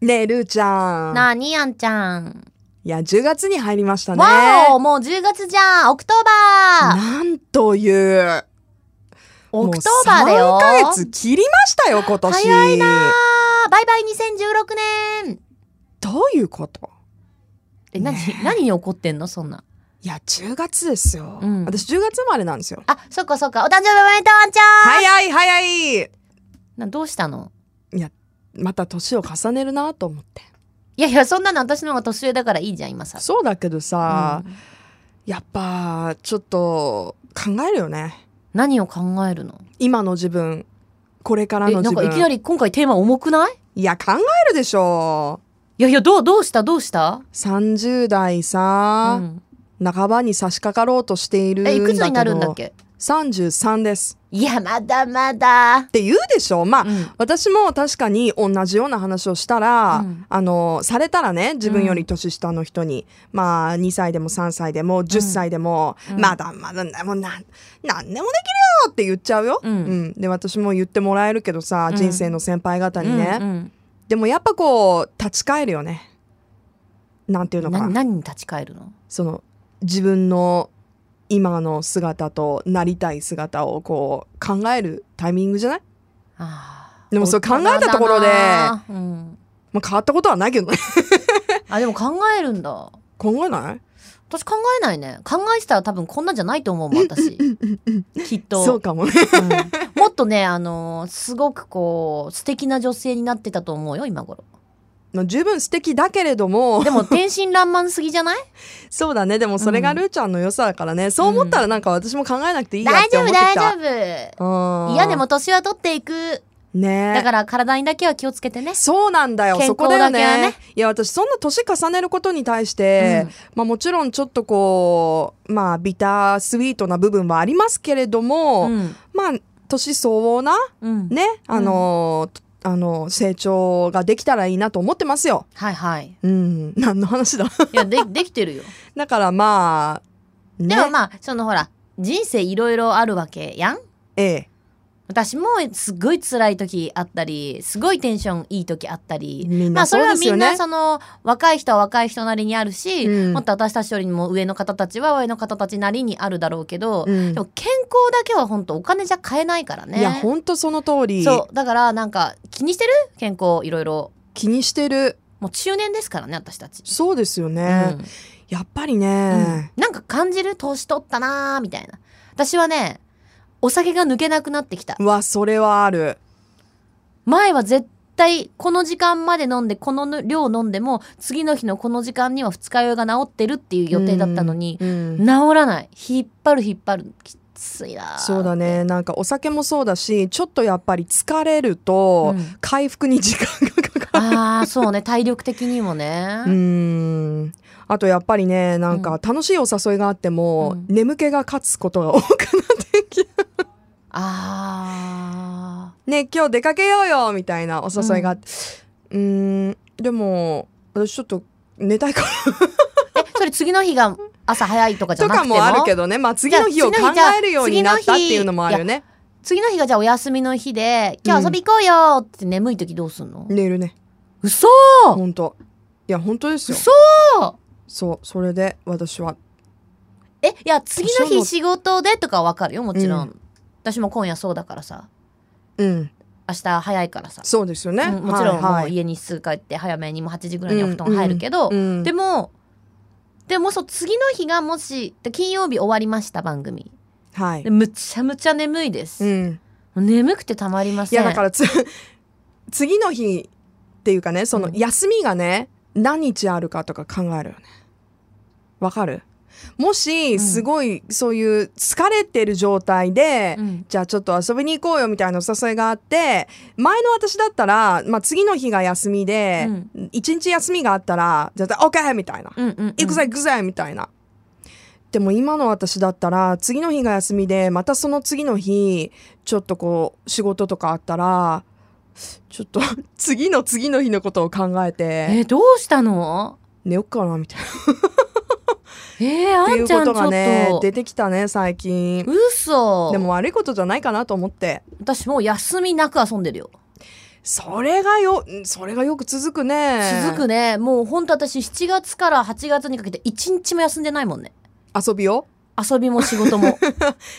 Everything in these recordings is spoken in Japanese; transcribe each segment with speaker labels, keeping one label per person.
Speaker 1: ねえ、ルーちゃん。
Speaker 2: なあにあんちゃん。
Speaker 1: いや、10月に入りましたね。
Speaker 2: わおもう10月じゃんオクトーバー
Speaker 1: なんという。
Speaker 2: オクトーバーだよ
Speaker 1: もう3ヶ月切りましたよ、今年。
Speaker 2: 早いなあバイバイ2016年
Speaker 1: どういうこと
Speaker 2: え、何、何に怒ってんのそんな。
Speaker 1: いや、10月ですよ。
Speaker 2: うん
Speaker 1: 私、10月生まれなんですよ。
Speaker 2: あ、そっかそっか。お誕生日おめでとうあんちゃん、
Speaker 1: 早い早い
Speaker 2: などうしたの
Speaker 1: また年を重ねるなと思って。
Speaker 2: いやいや、そんなの私の方が年上だからいいじゃん、今さ。
Speaker 1: そうだけどさ、
Speaker 2: うん
Speaker 1: やっぱ、ちょっと、考えるよね。
Speaker 2: 何を考えるの
Speaker 1: 今の自分、これから
Speaker 2: え、
Speaker 1: の
Speaker 2: な
Speaker 1: 自
Speaker 2: んか
Speaker 1: 分。
Speaker 2: いきなり今回テーマ重くない
Speaker 1: いや、考えるでしょ
Speaker 2: いやいや、どう、どうしたどうした
Speaker 1: う。30代さ、
Speaker 2: うん
Speaker 1: 半ばに差し掛かろうとしているんだ
Speaker 2: え、
Speaker 1: け
Speaker 2: い
Speaker 1: ど
Speaker 2: くつになるんだっけ
Speaker 1: 33です
Speaker 2: いや、まだまだ
Speaker 1: っ。て言うでしょまあ、
Speaker 2: うん
Speaker 1: 私も確かに同じような話をしたら、
Speaker 2: うん
Speaker 1: あのされたらね自分より年下の人に、まあ2歳でも3歳でも10歳でも、
Speaker 2: うん
Speaker 1: まだまだもうなんなんでもできるよって言っちゃうよ、
Speaker 2: うん
Speaker 1: で私も言ってもらえるけどさ、
Speaker 2: うん
Speaker 1: 人生の先輩方にね、
Speaker 2: うんうん
Speaker 1: でもやっぱこう立ち返るよねなんていうのか
Speaker 2: な
Speaker 1: な
Speaker 2: 何に立ち返るの
Speaker 1: その自分の今の姿となりたい姿をこう考えるタイミングじゃない
Speaker 2: あー
Speaker 1: でもそれ考えたところで
Speaker 2: 大人だなうん
Speaker 1: まあ、変わったことはないけどね
Speaker 2: あでも考えるんだ
Speaker 1: 考えない
Speaker 2: 私考えないね考えてたら多分こんなんじゃないと思うもん 私きっと
Speaker 1: そうかもね
Speaker 2: うんもっとねあのーすごくこう素敵な女性になってたと思うよ今頃
Speaker 1: まあ十分素敵だけれども
Speaker 2: でも天真爛漫すぎじゃない
Speaker 1: そうだねでもそれが
Speaker 2: うん
Speaker 1: ルーちゃんの良さだからね、そう思ったらなんか私も考えな くていいや
Speaker 2: 大
Speaker 1: って
Speaker 2: 丈
Speaker 1: 思っ
Speaker 2: 夫
Speaker 1: てき
Speaker 2: 大
Speaker 1: た
Speaker 2: 丈
Speaker 1: う
Speaker 2: 夫
Speaker 1: ん
Speaker 2: いやでも年は取っていく
Speaker 1: ね
Speaker 2: だから体にだけは気をつけてね
Speaker 1: そうなんだよ
Speaker 2: 健
Speaker 1: そ
Speaker 2: 康
Speaker 1: こだよね
Speaker 2: だけはね
Speaker 1: いや私そんな年重ねることに対して、
Speaker 2: うん
Speaker 1: まあ、もちろんちょっとこうまあビタースイートな部分はありますけれども、
Speaker 2: うん
Speaker 1: まあ年相応な
Speaker 2: うん
Speaker 1: ねあのー、あのー成長ができたらいいなと思ってますよ。
Speaker 2: はいはいい
Speaker 1: うん、何の話だ
Speaker 2: やでできてるよ
Speaker 1: だからまあ、ね、
Speaker 2: でもまあそのほら人生いろいろあるわけやん
Speaker 1: ええ、
Speaker 2: 私もすごい辛い時あったりすごいテンションいい時あったり
Speaker 1: みん
Speaker 2: ま
Speaker 1: な
Speaker 2: あそ
Speaker 1: そ
Speaker 2: れ
Speaker 1: う
Speaker 2: は
Speaker 1: です
Speaker 2: み
Speaker 1: よ
Speaker 2: ん
Speaker 1: ね。
Speaker 2: なその若い人は若い人なりにあるし、
Speaker 1: うん
Speaker 2: もっと私たちよりも上の方たちは上の方たちなりにあるだろうけど、
Speaker 1: うん
Speaker 2: でも健康だけは本当お金じゃ買えないからね
Speaker 1: いや本当その通り
Speaker 2: そうだからなんか気にしてる健康いろいろ
Speaker 1: 気にしてる
Speaker 2: もう中年ですからね私たち、
Speaker 1: そうですよ
Speaker 2: う
Speaker 1: ね、
Speaker 2: ん
Speaker 1: やっぱりね、
Speaker 2: なんか感じる年取ったなーみたいな私はねお酒が抜けなくなってきた
Speaker 1: うわそれはある
Speaker 2: 前は絶対この時間まで飲んでこの量飲んでも次の日のこの時間には二日酔いが治ってるっていう予定だったのに、
Speaker 1: うんうん
Speaker 2: 治らない引っ張る引っ張るきついな
Speaker 1: そうだねなんかお酒もそうだしちょっとやっぱり疲れると
Speaker 2: うん
Speaker 1: 回復に時間がかかる、
Speaker 2: ああそうね体力的にもね、
Speaker 1: うーんあとやっぱりねなんか楽しいお誘いがあっても、
Speaker 2: うん
Speaker 1: 眠気が勝つことが多くなってきて
Speaker 2: あ
Speaker 1: ね今日出かけようよみたいなお誘いがあってうーんでも私ちょっと寝たいか
Speaker 2: あえそれ次の日が朝早いとかじゃ
Speaker 1: と
Speaker 2: なく
Speaker 1: か
Speaker 2: ても
Speaker 1: もあるけどねまあ次の日を考
Speaker 2: じゃあ次の日
Speaker 1: えるようになったっていうのもあるよね
Speaker 2: 次の日がじゃあお休みの日で今日遊び行こうよーって眠い時どうすんの、
Speaker 1: 寝るね
Speaker 2: 嘘
Speaker 1: 本当いや本当ですよ
Speaker 2: 嘘
Speaker 1: そうそれで私は
Speaker 2: えいや次
Speaker 1: そ
Speaker 2: の
Speaker 1: う
Speaker 2: 日仕事でとかはわかるよもちろん、
Speaker 1: う
Speaker 2: 私も今夜そうだからさ
Speaker 1: うん
Speaker 2: 明日早いからさ、
Speaker 1: そうですよね、
Speaker 2: うんもちろ
Speaker 1: はい
Speaker 2: んも
Speaker 1: うはい
Speaker 2: 家にすぐ帰って早めにもう8時ぐらいにお布
Speaker 1: う
Speaker 2: 団
Speaker 1: ん
Speaker 2: 入るけど、
Speaker 1: うん
Speaker 2: でもでもそう次の日がもしで金曜日終わりました番組
Speaker 1: はい
Speaker 2: でむちゃむちゃ眠いです、
Speaker 1: うん
Speaker 2: 眠くてたまりま
Speaker 1: い
Speaker 2: せん
Speaker 1: やだからつ 次の日っていうかねその
Speaker 2: うん
Speaker 1: 休みがね、何日あるかとか考えるよねわかるもし
Speaker 2: ん
Speaker 1: すごいそういう疲れてる状態で、
Speaker 2: うん
Speaker 1: じゃあちょっと遊びに行こうよみたいなお誘いがあって前の私だったら、まあ、次の日が休みで、一1日休みがあったら絶対 OK! みたいな
Speaker 2: うんうんうん
Speaker 1: 行くぜ行くぜみたいな。でも今の私だったら次の日が休みでまたその次の日ちょっとこう仕事とかあったらちょっと 次の次の日のことを考えて
Speaker 2: えどうしたの
Speaker 1: 寝よっかなみたいな
Speaker 2: えー、あ
Speaker 1: ってい
Speaker 2: ん
Speaker 1: う
Speaker 2: ちゃ
Speaker 1: こ
Speaker 2: んち
Speaker 1: と
Speaker 2: ょっと
Speaker 1: がね出てきたね最近
Speaker 2: 嘘
Speaker 1: でも悪いことじゃないかなと思って
Speaker 2: 私もう休みなく遊んでるよ
Speaker 1: それがよそれがよく続くね
Speaker 2: 続くねもうほんと私7月から8月にかけて1日も休んでないもんね
Speaker 1: 遊びを
Speaker 2: 遊びも仕 事も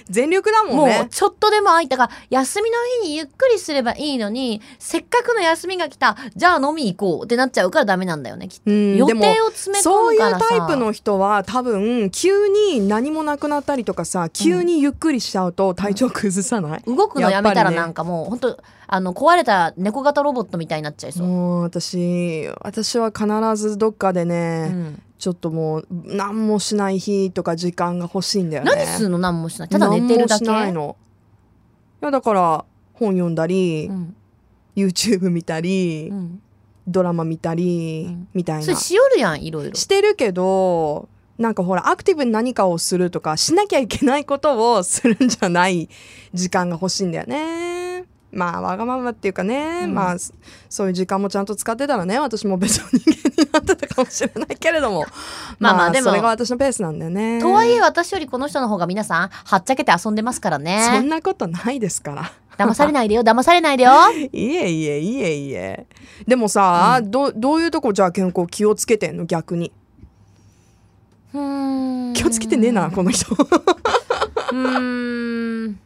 Speaker 1: 全力だもん
Speaker 2: もう
Speaker 1: ね
Speaker 2: ちょっとでも空いたから休みの日にゆっくりすればいいのにせっかくの休みが来たじゃあ飲み行こうってなっちゃうからダメなんだよねきっと
Speaker 1: うん
Speaker 2: 予
Speaker 1: でも
Speaker 2: 定を詰め
Speaker 1: そう
Speaker 2: 込
Speaker 1: い
Speaker 2: む
Speaker 1: う
Speaker 2: からさ
Speaker 1: タイプの人は多分急に何もなくなったりとかさ急にゆっくりしちゃうと体調崩さない、
Speaker 2: 動くのやめた
Speaker 1: やっぱ
Speaker 2: ら
Speaker 1: りね
Speaker 2: なんかもう本当あの壊れた猫型ロボットみたいになっちゃいそう、
Speaker 1: もう私私は必ずどっかでね、
Speaker 2: うん
Speaker 1: ちょっともう何もしない日とか時間が欲しいんだよね
Speaker 2: 何すんの何もしないただ寝てるだけ
Speaker 1: 何もしないのいやだから本読んだり、
Speaker 2: うん
Speaker 1: YouTube 見たり、
Speaker 2: うん
Speaker 1: ドラマ見たり、
Speaker 2: うん
Speaker 1: みたい
Speaker 2: それ
Speaker 1: な
Speaker 2: しおるやんいろいろ
Speaker 1: してるけどなんかほらアクティブに何かをするとかしなきゃいけないことをするんじゃない時間が欲しいんだよね。まあわがままっていうかね、
Speaker 2: うん
Speaker 1: まあそそういう時間もちゃんと使ってたらね私も別の人間になってたかもしれないけれども
Speaker 2: まあまあでも
Speaker 1: それが私のペースなんだよね。
Speaker 2: とはいえ私よりこの人の方が皆さんはっちゃけて遊んでますから
Speaker 1: そん
Speaker 2: ね
Speaker 1: なことないですから。
Speaker 2: 騙されないでよ騙さ れないでよ
Speaker 1: いえいえいえいえ。でもさ、どどういうとこじゃあ健康気をつけてんの逆に。
Speaker 2: うーん
Speaker 1: 気をつけてねえなこの人。
Speaker 2: うーん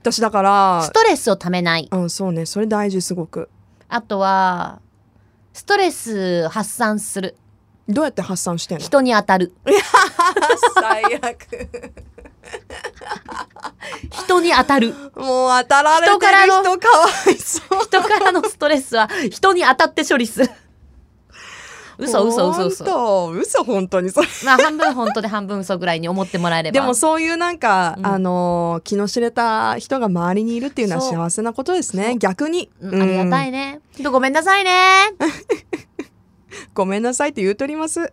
Speaker 1: 私だから
Speaker 2: ストレスをためない
Speaker 1: うん、そうね。それ大事、すごく。
Speaker 2: あとはストレス発散する
Speaker 1: どうやって発散してんの
Speaker 2: 人に当たる
Speaker 1: 最悪。
Speaker 2: 人に当 たる
Speaker 1: もう当たられてる
Speaker 2: 人からの
Speaker 1: 人かわいそう。
Speaker 2: 人からのストレスは人に当たって処 理する嘘嘘嘘嘘
Speaker 1: 本当嘘、本当に。それ
Speaker 2: まあ半分本当で半分嘘ぐらいに思ってもらえれば
Speaker 1: でもそういうなんか、
Speaker 2: うん
Speaker 1: あの、気の知れた人が周りにいるっていうのは
Speaker 2: そう
Speaker 1: 幸せなことですね。逆に。
Speaker 2: うんありがた
Speaker 1: い。
Speaker 2: いね、ほんとごめんなさいね
Speaker 1: ごめんなさいって言うとります。